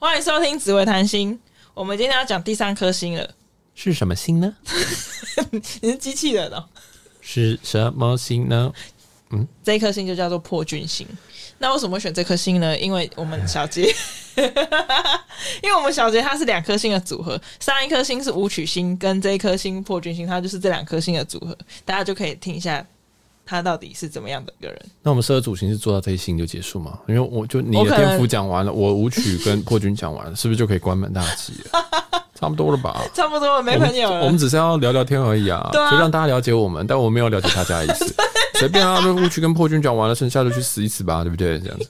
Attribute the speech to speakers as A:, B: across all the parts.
A: 欢迎收听紫薇谈心。我们今天要讲第三颗星了，
B: 是什么星呢？
A: 你是机器人哦。
B: 是什么星呢？
A: 这一颗星就叫做破军星。那为什么会选这颗星呢？因为我们小杰， 因为我们小杰它是两颗星的组合，上一颗星是武曲星，跟这一颗星破军星，它就是这两颗星的组合。大家就可以听一下他到底是怎么样的一个人。
B: 那我们适合主题是做到这一星就结束吗？因为我就你
A: 我
B: 的
A: 可能
B: 天赋讲完了，我舞曲跟破军讲完了，是不是就可以关门大吉了？ 差不多了吧？
A: 差不多了，没朋友
B: 我
A: 了。
B: 们。我们只是要聊聊天而已啊，
A: 对啊
B: 就让大家了解我们，但我没有了解大家的意 思。随便啊，就舞曲跟破军讲完了，剩下就去死一死吧，对不对？这 样子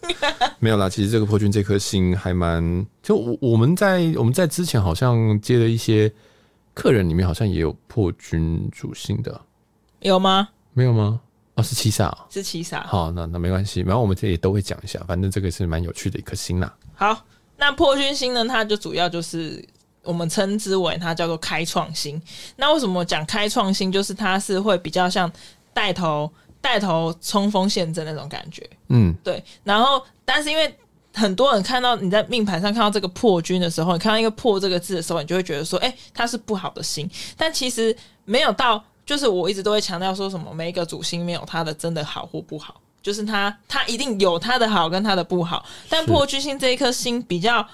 B: 没有啦。其实这个破军这颗星还蛮……就我我们在我们在之前好像接了一些客人里面，好像也有破军主星的，
A: 有吗？
B: 没有吗？哦，是七煞哦、
A: 是七杀。
B: 好，那那没关系，然后我们这也都会讲一下，反正这个是蛮有趣的一颗星啦。
A: 好，那破军星呢，它就主要就是我们称之为它叫做开创星。那为什么讲开创星，就是它是会比较像带头带头冲锋陷阵那种感觉。
B: 嗯，
A: 对，然后但是因为很多人看到你在命盘上看到这个破军的时候，你看到一个破这个字的时候，你就会觉得说，哎、它是不好的星。但其实没有到，就是我一直都会强调说什么，每一个主星没有它的真的好或不好，就是它它一定有它的好跟它的不好。但
B: 是
A: 破军星这一颗星比较，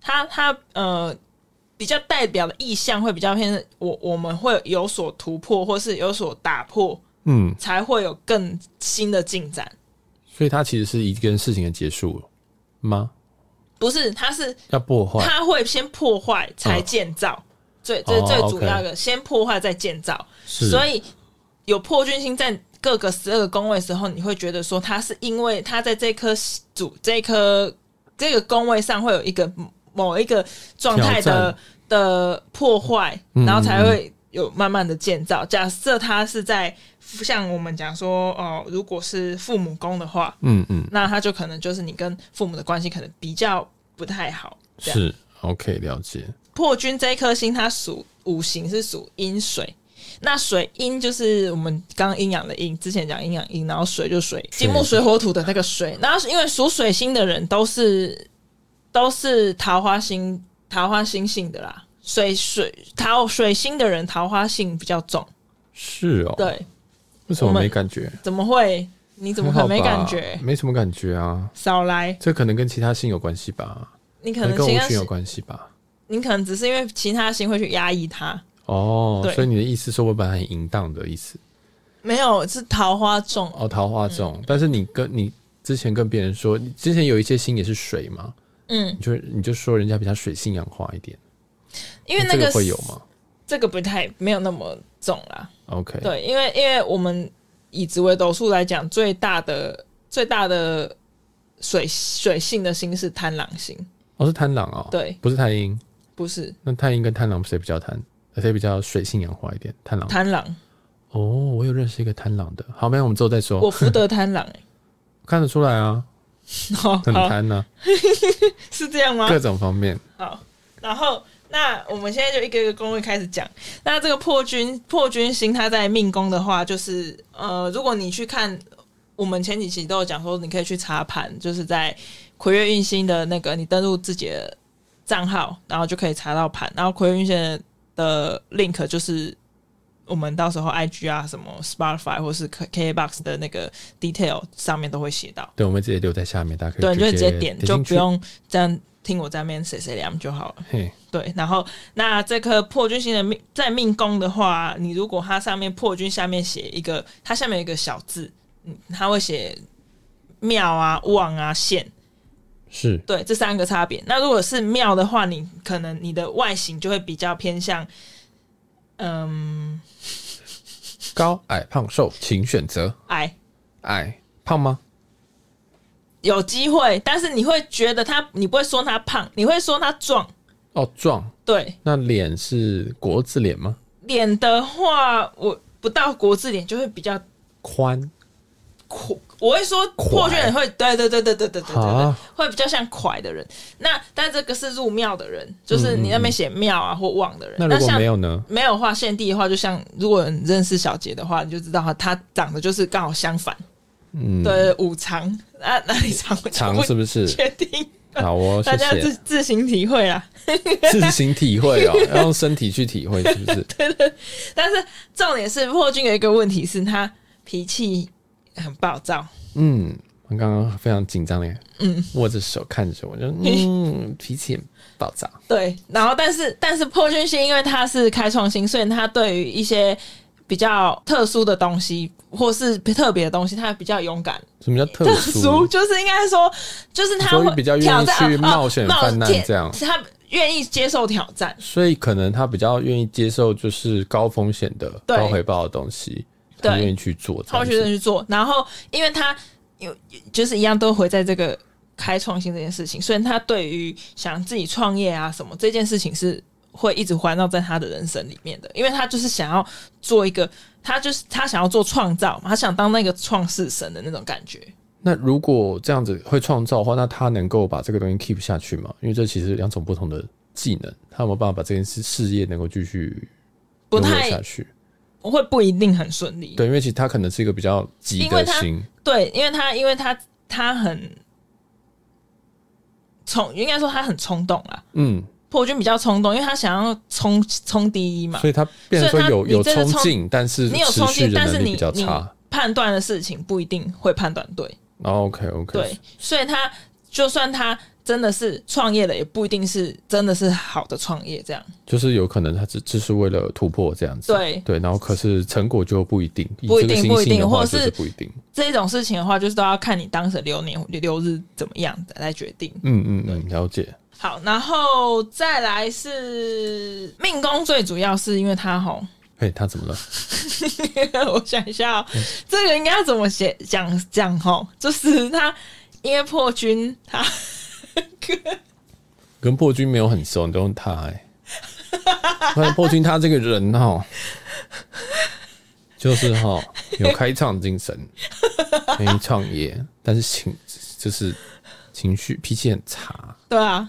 A: 它它呃。比较代表的意象会比较偏我，我们会有所突破，或是有所打破，
B: 嗯，
A: 才会有更新的进展。
B: 所以它其实是一件事情的结束吗？
A: 不是，它是
B: 要破坏
A: 它会先破坏才建造，最最
B: 哦
A: 最
B: OK
A: 主要的，先破坏再建造。
B: 是，
A: 所以有破军星在各个十二个宫位的时候，你会觉得说它是因为它在这颗主这颗这个宫位上会有一个某一个状态
B: 挑
A: 的
B: 战
A: 的破坏，
B: 嗯
A: 然后才会有慢慢的建造。假设它是在像我们讲说哦，如果是父母宫的话，
B: 嗯嗯
A: 那它就可能就是你跟父母的关系可能比较不太好，这样。
B: 是 OK 了解，
A: 破军这一颗星，它属五行是属阴水。那水阴就是我们刚刚阴阳的阴，之前讲阴阳阴，然后水就水，金木水火土的那个水。然后是因为属水星的人都是都是桃花星桃花星性的啦，水水桃水星的人桃花性比较重。
B: 是哦，，
A: 对，
B: 为什么
A: 我们
B: 没感觉？
A: 怎么会？你怎么可能没感
B: 还好
A: 觉
B: 吧？没什么感觉啊，
A: 少来，
B: 这可能跟其他星有关系吧，
A: 你可能
B: 跟
A: 其
B: 舞
A: 他
B: 曲有关系吧。
A: 你可能只是因为其他星会去压抑它，
B: 哦
A: 对，
B: 所以你的意思说我本来很淫荡的意思
A: 没有是桃花重
B: 哦，桃花这
A: 嗯
B: 种，但是你跟你之前跟别人说，你之前有一些星也是水嘛，
A: 嗯，
B: 你就你就说人家比较水性杨花一点，哦
A: 因为那
B: 这
A: 个
B: 会有吗
A: 这个不太没有那么重啦。
B: ？OK，
A: 对，因为因为我们以紫微斗数来讲，最大的最大的水水性的星是贪狼星，
B: 哦，是贪狼哦，，
A: 对，
B: 不是太阴。
A: 不是
B: 那太阴跟贪狼谁比较贪？谁比较水性杨花一点？贪狼。
A: 贪狼，
B: 哦，我有认识一个贪狼的。好，没有，我们之后再
A: 我
B: 说。
A: 福德贪狼、欸，
B: 看得出来啊，
A: 好
B: 很
A: 好
B: 贪呐、
A: 是这样吗？
B: 各种方面。
A: 好，然后那我们现在就一个一个宫位开始讲。那这个破军破军星，它在命宫的话，就是呃，如果你去看，我们前几期都有讲说，你可以去查盘，就是在魁月运星的那个，你登录自己的账号，然后就可以查到盘。然后魁月运星的 link 就是。我们到时候 IG 啊，什么 Spotify 或是 K KBox 的那个 detail 上面都会写到，
B: 对，我们直接留在下面，大家可以
A: 对，你就直接点，
B: 点，
A: 就
B: 进
A: 不
B: 去。
A: 用这样听我在那边谁谁凉就好了。
B: 嘿，
A: 对，然后那这颗破军星的命在命宫的话，你如果它上面破军下面写一个，它下面有一个小字，嗯，它会写庙啊、旺啊、县，
B: 是
A: 对，这三个差别。那如果是庙的话，你可能你的外形就会比较偏向，嗯，
B: 高矮胖瘦，请选择。
A: 矮，
B: 矮胖吗？
A: 有机会，但是你会觉得他，你不会说他胖，你会说他壮，
B: 哦，壮。
A: 对，
B: 那脸是国字脸吗？
A: 脸的话，我不到国字脸就会比较
B: 宽
A: 阔，我会说破军人会，对对对对对对对对对
B: 啊，
A: 会比较像蒯的人。那但这个是入庙的人，就是你那边写庙啊或旺的人。
B: 嗯那如果
A: 像
B: 没有呢？
A: 没有画献帝的话，就像如果你认识小杰的话，你就知道他他长得就是刚好相反
B: 嗯，
A: 对，五常啊哪里长我就
B: 长
A: 不
B: 是不是？
A: 确定。
B: 好 哦，
A: 大
B: 谢
A: 家自
B: 谢，
A: 自行体会啦。
B: 自行体会 哦，要用身体去体会，是不是？
A: 但是重点是破军有一个问题是他脾气很暴躁，
B: 嗯，我刚刚非常紧张的，
A: 嗯，
B: 握着手看着我，就嗯，脾气很暴躁。
A: 对。然后但是但是破军是因为他是开创性，所以他对于一些比较特殊的东西或是特别的东西，他比较勇敢。
B: 什么叫特
A: 特殊
B: 殊？
A: 就是应该说，就是他
B: 所
A: 会
B: 以比较愿意
A: 挑战
B: 去
A: 哦
B: 冒险
A: 冒
B: 犯难
A: 险
B: 这样
A: 是他愿意接受挑战。
B: 所以可能他比较愿意接受就是高风险的、
A: 对
B: 高回报的东西，
A: 对
B: 他愿意去做这
A: 他
B: 样
A: 会
B: 子。
A: 去认去做。然后，因为他有就是一样都回在这个开创新这件事情，所以他对于想自己创业啊什么这件事情是会一直环绕在他的人生里面的，因为他就是想要做一个，他就是他想要做创造嘛，他想当那个创世神的那种感觉。
B: 那如果这样子会创造的话，那他能够把这个东西 keep 下去吗？因为这其实两种不同的技能，他有没有办法把这件事事业能够继续
A: 不
B: 拥有
A: 太
B: 下去？
A: 会不一定很顺利，
B: 对，因为其实他可能是一个比较急
A: 因为
B: 的
A: 他
B: 心，
A: 对，因为他因为他他很冲，应该说他很冲动啊。
B: 嗯，
A: 破军比较冲动，因为他想要冲冲第一嘛，
B: 所以他变成
A: 所以
B: 说
A: 他
B: 有
A: 你
B: 有
A: 真的
B: 冲
A: 冲
B: 劲，但是
A: 你有
B: 持
A: 冲
B: 续
A: 劲，
B: 的
A: 但是
B: 能力
A: 你
B: 比较
A: 你
B: 差。哦
A: 判断的事情不一定会判断对，
B: OK OK，
A: 对，所以他就算他真的是创业了，也不一定是真的是好的创业，这样
B: 就是有可能他只只是为了突破这样子，
A: 对
B: 对，然后可是成果就不一定，以
A: 不一
B: 这个
A: 定
B: 心
A: 不一
B: 性
A: 定
B: 的话
A: 或
B: 就是不一定，
A: 这种事情的话，就是都要看你当时流年流日怎么样来决定。
B: 嗯嗯嗯，了解，
A: 好，然后再来是命宫，最主要是因为他吼，
B: 嘿，哎他怎么了？
A: 我想一下、哦，这个应该要怎么写讲讲吼，就是他因为破军他。
B: 跟破军没有很熟，你都用他 哎、欸，但破军他这个人哈，就是哈有开创精神，愿意创业，但是情就是情绪脾气很差，
A: 对啊，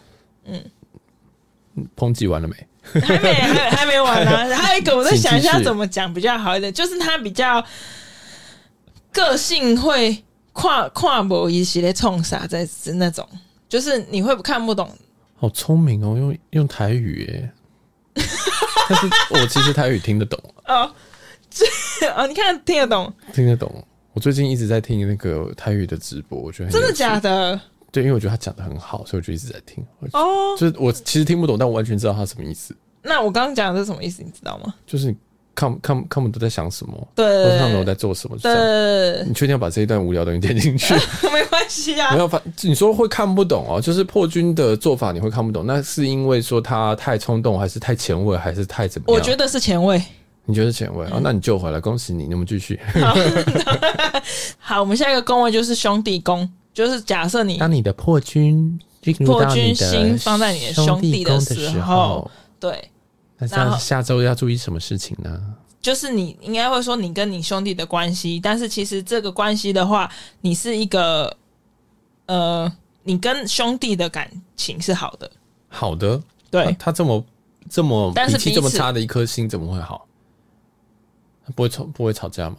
B: 抨击完了没？
A: 还没，还没还没完呢、 还有一个，我在想一
B: 请
A: 下
B: 继续
A: 怎么讲比较好一点，就是他比较个性会跨跨博一系列冲啥在是那种，就是你会看不懂。
B: 好聪明哦，用用台语哎、但是我其实台语听得懂。
A: 哦，你看听得懂，
B: 听得懂。我最近一直在听那个泰语的直播，我觉得很
A: 真的
B: 有趣
A: 假的？
B: 对，因为我觉得他讲的很好，所以我就一直在听。我
A: 哦，
B: 就是我其实听不懂，但我完全知道他什么意思，
A: 那我刚刚讲的是什么意思？你知道吗？
B: 就是你看不看不看不懂在想什么，
A: 对
B: 或者他们都在做什么，就
A: 对
B: 这样。
A: 对
B: 你确定要把这一段无聊的东西剪进去？
A: 对， 没关系啊
B: 没。有，反你说会看不懂哦，就是破军的做法你会看不懂，那是因为说他太冲动，还是太前卫，还是太怎么样？
A: 我觉得是嗯前卫。
B: 你觉得前卫哦，那你救回来，恭喜你，那么继续。
A: 好，我们下一个宫位就是兄弟宫，就是假设你
B: 当你的破军进入到你的
A: 破军心放在你的兄弟
B: 宫
A: 的
B: 的
A: 时候
B: 时候，
A: 对，
B: 那这
A: 然
B: 样
A: 后
B: 下周要注意什么事情呢？
A: 就是你应该会说你跟你兄弟的关系，但是其实这个关系的话，你是一个呃，你跟兄弟的感情是好的，
B: 好的，
A: 对，
B: 啊他这么这么
A: 但是
B: 脾气
A: 彼
B: 这么
A: 此
B: 差的一颗心怎么会好？不会吵不会吵架吗？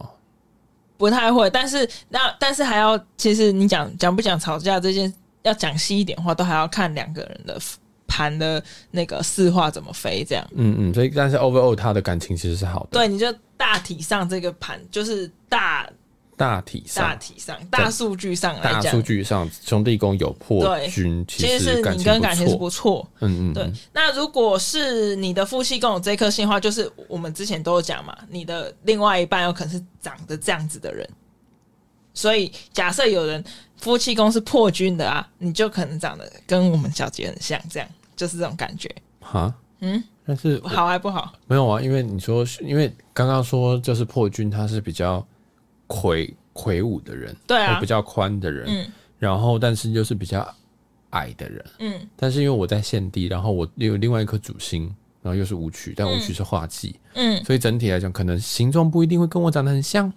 A: 不太会。但是那但是还要，其实你讲讲不讲吵架这件，要讲细一点的话，都还要看两个人的盘的那个四化怎么飞，这样。
B: 嗯嗯，所以但是 overall 他的感情其实是好的，
A: 对，你就大体上这个盘就是大
B: 大体
A: 大
B: 上
A: 体上大数据上来
B: 大
A: 讲
B: 数，据上兄弟宫有破
A: 对
B: 军，
A: 其实
B: 实
A: 是你
B: 情
A: 跟感情是不
B: 不错，
A: 错。
B: 嗯嗯，
A: 对
B: 嗯，
A: 那如果是你的夫妻跟我这颗星的话，就是我们之前都有讲嘛，你的另外一半有可能是长得这样子的人，所以假设有人夫妻宫是破军的啊，你就可能长得跟我们小姐很像，这样就是这种感觉，
B: 哈，
A: 嗯，
B: 但是我
A: 好还不好？
B: 没有啊，因为你说是，因为刚刚说就是破军，他是比较魁魁梧的人，
A: 对啊
B: 或比较宽的人，
A: 嗯
B: 然后但是又是比较矮的人，
A: 嗯
B: 但是因为我在献地，然后我又有另外一颗主星，然后又是舞曲，但舞曲是化忌，
A: 嗯，
B: 所以整体来讲，可能形状不一定会跟我长得很像，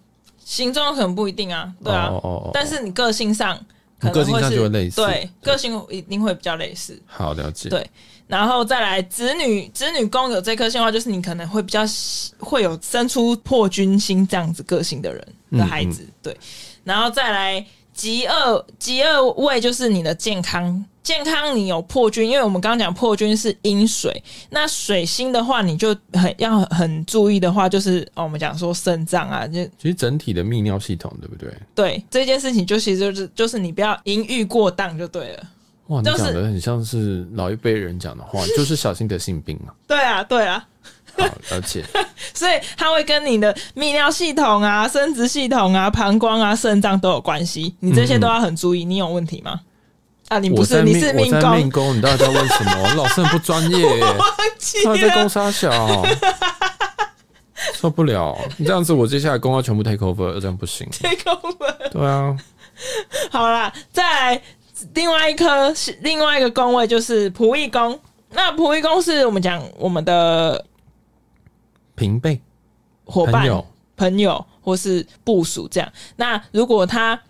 A: 形状可能不一定啊，对啊，
B: 哦哦哦哦
A: 但是你个性上可能
B: 个性上
A: 是
B: 就会类似
A: 对，个性一定会比较类似。
B: 好了解，
A: 对然后再来子女子女宫有这颗星的话，就是你可能会比较喜会有生出破军星这样子个性的人的孩子，对。然后再来极恶极恶位就是你的健康健康你有破军，因为我们刚刚讲破军是阴水，那水星的话，你就很要很注意的话，就是哦，我们讲说肾脏啊，就
B: 其实整体的泌尿系统，对不对？
A: 对这件事情，就其实就是就是你不要淫欲过当就对了。
B: 哇，你
A: 就是
B: 讲的很像是老一辈人讲 的话，就是小心得性病啊。
A: 对啊，对啊，
B: 好，了解。
A: 所以它会跟你的泌尿系统啊、生殖系统啊、膀胱啊、肾脏都有关系，你这些都要很注意。你有问题吗？啊， 你不
B: 我在
A: 是，你是
B: 我
A: 命
B: 在命
A: 宫，
B: 宫，你到底在问什么？老师很不专业耶，
A: 忘记
B: 他还在
A: 了
B: 攻杀小， 受不了！你这样子，我接下来攻要全部 take over，这样不行。
A: 这个问
B: 对啊，
A: 好啦，再来另外一颗是另外一个宫位就是仆役宫。那仆役宫是我们讲我们的
B: 平辈
A: 伙
B: 朋
A: 伴、
B: 友，
A: 朋友或是部属这样。那如果他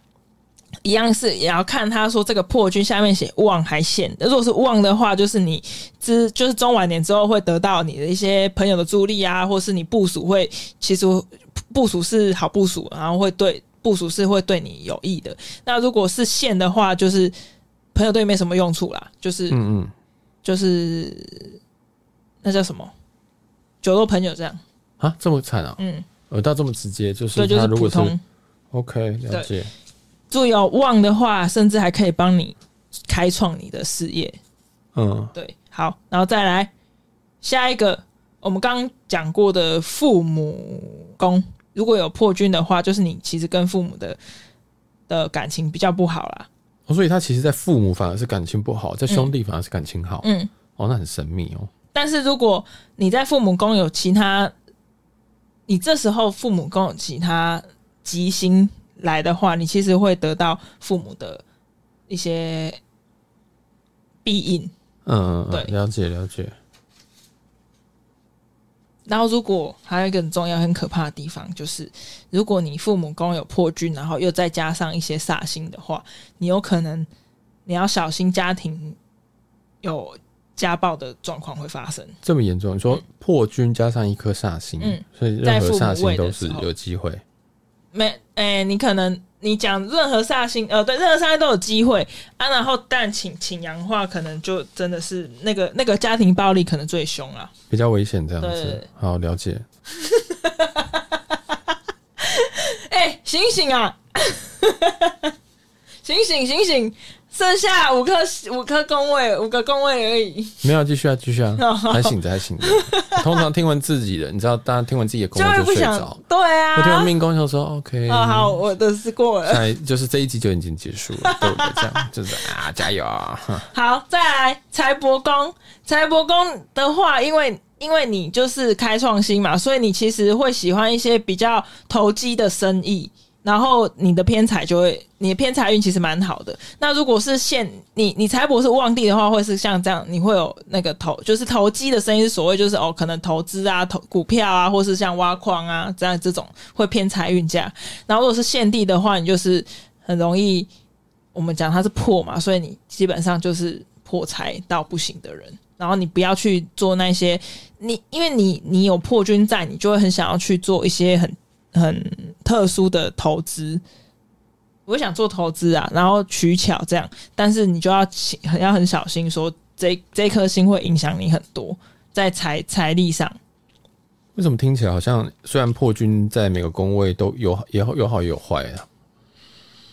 A: 一样是也要看他说这个破军下面写旺还现，如果是旺的话，就是你之就是中晚年之后会得到你的一些朋友的助力啊，或是你部属会其实部属是好部属，然后会对部属是会对你有益的。那如果是现的话，就是朋友对你没什么用处啦，就是、
B: 嗯嗯，
A: 就是那叫什么酒肉朋友这样，
B: 啊，这么惨啊，
A: 嗯，
B: 呃，到这么直接，就是
A: 对，就
B: 他
A: 是
B: 如
A: 普
B: 果是
A: 通。
B: OK，了解。
A: 注意哦，旺的话，甚至还可以帮你开创你的事业。
B: 嗯，
A: 对，好，然后再来下一个，我们刚讲过的父母宫，如果有破军的话，就是你其实跟父母的的感情比较不好啦。
B: 哦所以他其实，在父母反而是感情不好，在兄弟反而是感情好。
A: 嗯，
B: 哦，那很神秘哦。
A: 但是如果你在父母宫有其他，你这时候父母宫有其他吉星来的话，你其实会得到父母的一些庇应。
B: 嗯，嗯
A: 对
B: 嗯了解了解。
A: 然后，如果还有一个很重要、很可怕的地方，就是如果你父母宫有破军，然后又再加上一些煞星的话，你有可能你要小心家庭有家暴的状况会发生。
B: 这么严重，你说破军加上一颗煞星，
A: 嗯
B: 所以任
A: 在
B: 何
A: 父母
B: 煞星
A: 位的
B: 都是
A: 时候
B: 有机会。
A: 没，诶、你可能你讲任何煞星，呃，对，任何煞星都有机会啊。然后，但请请阳话，可能就真的是那个那个家庭暴力可能最凶啊啦。
B: 比较危险这样
A: 对
B: 子。好，了解。
A: 哎、醒醒啊！ 醒醒醒醒！剩下五颗五颗宫位，五个宫位而已，
B: 没有，继续啊，继续 啊
A: 哦，
B: 还醒着，还醒着。通常听完自己的，你知道，大家听完自己的功
A: 就会
B: 就
A: 不
B: 睡
A: 想
B: 着。
A: 对啊
B: 我听。完命宫想说 OK，
A: 哦，好，我的是过了。
B: 哎，就是这一集就已经结束了，对不对？这样 就是啊，加油啊！ 哈
A: 好，再来财帛宫。财帛宫的话，因为因为你就是开创新嘛，所以你其实会喜欢一些比较投机的生意，然后你的偏财就会，你的偏财运其实蛮好的。那如果是现你你财帛是旺地的话，会是像这样，你会有那个投，就是投机的生意，所谓就是哦，可能投资啊、投股票啊，或是像挖矿啊这样这种会偏财运这样。然后如果是现地的话，你就是很容易。我们讲它是破嘛，所以你基本上就是破财到不行的人。然后你不要去做那些你，因为你你有破军在，你就会很想要去做一些很很特殊的投资。我想做投资啊，然后取巧这样，但是你就要请要很小心说这这颗心会影响你很多，在财财力上。
B: 为什么听起来好像虽然破军在每个宫位都有也有有好也有坏啊？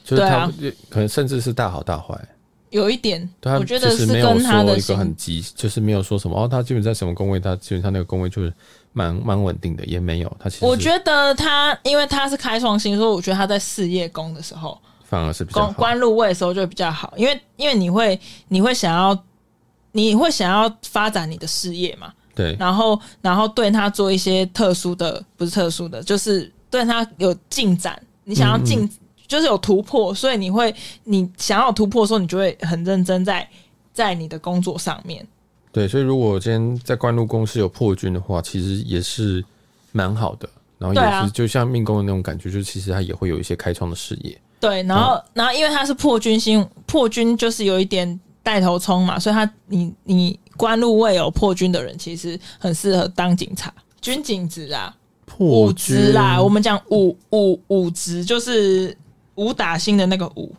B: 就是
A: 对
B: 他、
A: 啊
B: 可能甚至是大好大坏，
A: 有一点，
B: 对他
A: 我觉得
B: 其
A: 是
B: 实没有
A: 跟他
B: 说
A: 的
B: 一
A: 心
B: 个很急，就是没有说什么哦，他基本在什么宫位，他基本上那个宫位就是蛮蛮稳定的，也没有他其实
A: 我觉得他，因为他是开创性，所以我觉得他在事业宫的时候，
B: 反而是比较
A: 官
B: 好。
A: 官入位的时候就会比较好，因为因为你会你会想要你会想要发展你的事业嘛，
B: 对，
A: 然后然后对他做一些特殊的，不是特殊的，就是对他有进展，你想要
B: 嗯
A: 进、就是有突破，所以你会你想要有突破的时候，你就会很认真在在你的工作上面。
B: 对，所以如果今天在官禄宫是有破军的话，其实也是蛮好的。然后也
A: 对
B: 是、
A: 啊
B: 就像命宫的那种感觉，就是其实他也会有一些开创的事业。
A: 对，然后、然后因为他是破军星，破军就是有一点带头冲嘛，所以他你你官路位有破军的人，其实很适合当警察，军警职啊，
B: 破
A: 武职啦，我们讲武武武职就是武打星的那个武，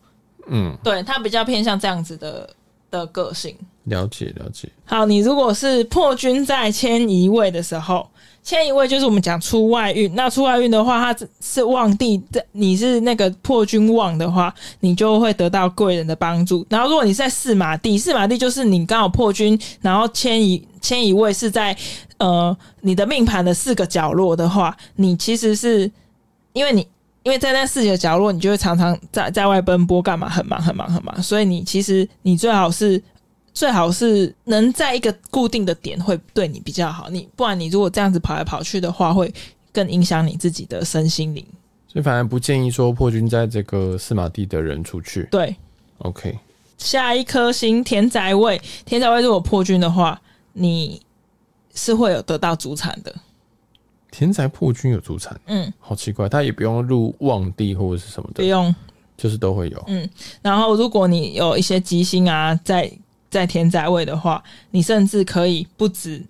B: 嗯，
A: 对他比较偏向这样子的的个性。
B: 了解了解，
A: 好，你如果是破军在迁移位的时候，迁移位就是我们讲出外运。那出外运的话，它是旺地，你是那个破军旺的话，你就会得到贵人的帮助。然后，如果你是在四马地，四马地就是你刚好破军，然后迁移迁移位是在呃你的命盘的四个角落的话，你其实是因为你。因为在那四个角落，你就会常常在在外奔波，干嘛很忙很忙很忙，所以你其实你最好是最好是能在一个固定的点会对你比较好，你不然你如果这样子跑来跑去的话，会更影响你自己的身心灵。
B: 所以反而不建议说破军在这个四马地的人出去。
A: 对，
B: OK，
A: 下一颗星田宅位，田宅位如果破军的话，你是会有得到主产的。
B: 田宅破军有主产，
A: 嗯，
B: 好奇怪，他也不用入旺地或者是什么
A: 不
B: 的，
A: 用。
B: 就是都会有。
A: 然后，如果你有一些吉星啊，在在田宅位的话，你甚至可以不止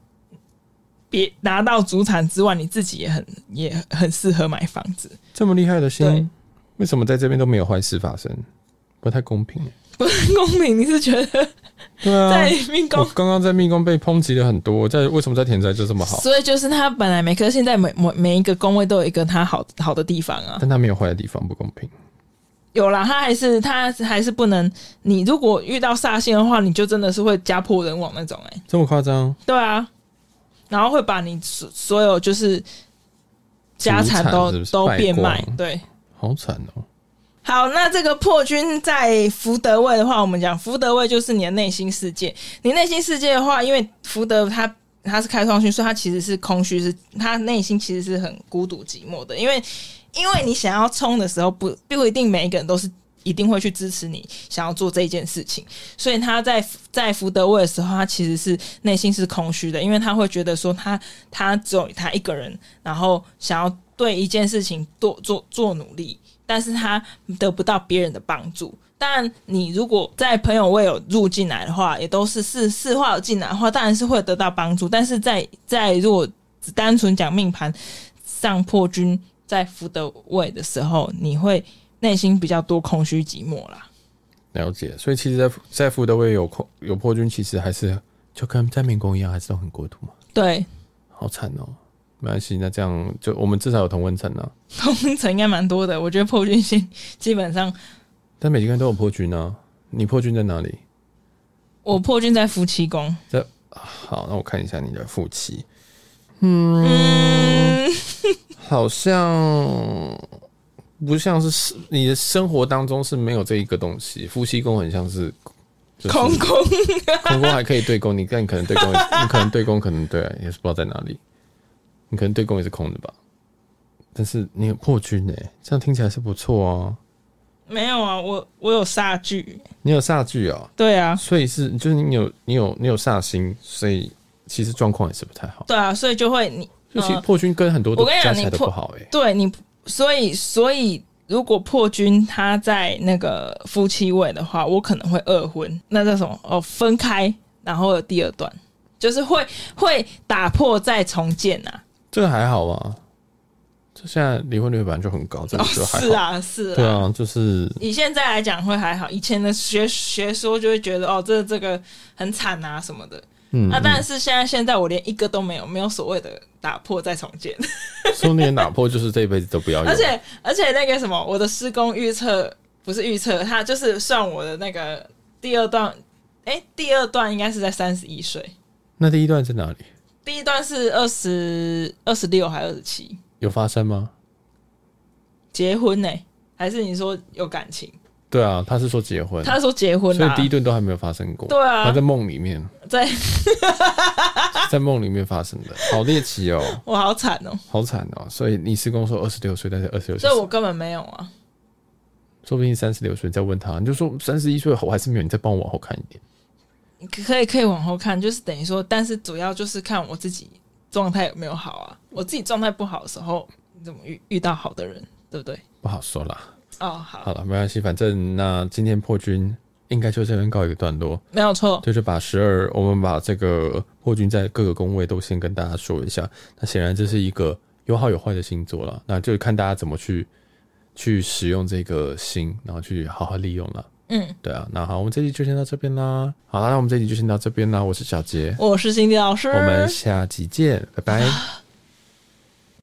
A: 别拿到主产之外，你自己也很也很适合买房子。
B: 这么厉害的
A: 对
B: 星，为什么在这边都没有坏事发生？不太公平。
A: 不是公平，你是觉得
B: 对啊，
A: 在命宫
B: 我刚刚在命宫被抨击了很多，在为什么在田宅就这么好？
A: 所以就是他本来每颗星在每每每一个宫位都有一个他好好的地方啊。
B: 但他没有坏的地方，不公平。
A: 有啦，他还是他还是不能。你如果遇到煞星的话，你就真的是会家破人亡那种哎、
B: 这么夸张？
A: 对啊，然后会把你所所有就是家产都
B: 祖产是不是
A: 都变
B: 败
A: 卖。
B: 光
A: 对，
B: 好惨哦、
A: 好，那这个破军在福德位的话，我们讲福德位就是你的内心世界。你内心世界的话，因为福德它它是开创性，所以它其实是空虚，是它内心其实是很孤独寂寞的。因为因为你想要冲的时候，不不一定每一个人都是一定会去支持你想要做这一件事情，所以他在在福德位的时候，他其实是内心是空虚的，因为他会觉得说他他只有他一个人，然后想要对一件事情做做做努力，但是他得不到别人的帮助。当然，你如果在朋友位有入进来的话，也都是四四化有进来的话，当然是会得到帮助。但是在在如果只单纯讲命盘上破军在福德位的时候，你会内心比较多空虚寂寞啦。
B: 了解，所以其实在，在福德位有空有破军，其实还是就跟在民工一样，还是都很国土嘛，
A: 对，
B: 好惨哦、没关系，那这样就我们至少有同温层啊，
A: 同层应该蛮多的。我觉得破军星基本上，
B: 但每个人都有破军啊。你破军在哪里？
A: 我破军在夫妻宫，
B: 好，那我看一下你的负气，
A: 嗯，
B: 好像不像是你的生活当中是没有这一个东西。夫妻宫很像是、就是、
A: 空宫。
B: 空宫还可以对宫，你但你可能对宫，你可能对 宫可能对啊也是不知道在哪里，你可能对宫也是空的吧。但是你有破军呢、这样听起来是不错啊。
A: 没有啊，我我有煞剧，
B: 你有煞剧啊，
A: 对啊，
B: 所以是就是你有你有你有煞星，所以其实状况也是不太好。
A: 对啊，所以就会你
B: 就其实
A: 呃
B: 破军跟很多
A: 我
B: 都
A: 跟你
B: 加
A: 讲
B: 起来
A: 你
B: 都
A: 破
B: 不好哎、
A: 对你，所以所以如果破军他在那个夫妻位的话，我可能会二婚，那叫什么？哦，分开，然后有第二段，就是会会打破再重建啊。
B: 这个还好啊，这现在离婚率本来就很高，这
A: 哦，
B: 个就还好。
A: 是啊，是
B: 对啊，就是
A: 以现在来讲会还好，以前的学学说就会觉得哦，这这个很惨啊什么的。
B: 嗯，
A: 那、但是现在现在我连一个都没有，没有所谓的打破再重建。
B: 说你打破就是这一辈子都不要有。
A: 而且而且那个什么，我的施工预测不是预测，它就是算我的那个第二段，哎、第二段应该是在三十一岁，
B: 那第一段在哪里？
A: 第一段是二十二十六还二十七，
B: 有发生吗？
A: 结婚呢、还是你说有感情？
B: 对啊，他是说结婚，
A: 他说结婚
B: 所以
A: 啊
B: 第一，顿都还没有发生过。
A: 对啊
B: 他在梦里面，
A: 在
B: 在梦里面发生的，好猎奇哦，
A: 我好惨哦、
B: 好惨哦。所以你是跟我说二十六岁，但是二十六岁
A: 所以，我根本没有啊。
B: 说不定三十六岁，你再问他，你就说三十一岁后还是没有，你再帮我往后看一点。
A: 可以可以往后看，就是等于说，但是主要就是看我自己状态有没有好啊。我自己状态不好的时候，你怎么遇遇到好的人，对不对？
B: 不好说啦，
A: 哦，好，
B: 好了，没关系，反正那今天破军应该就这边告一个段落。
A: 没有错。
B: 就是把十二，我们把这个破军在各个宫位都先跟大家说一下。那显然这是一个有好有坏的星座了，那就看大家怎么去去使用这个星，然后去好好利用了。
A: 嗯，
B: 对啊，那好，我们这集就先到这边啦。好啦，那我们这集就先到这边啦。我是小杰，
A: 我是心理老师，
B: 我们下集见，拜拜。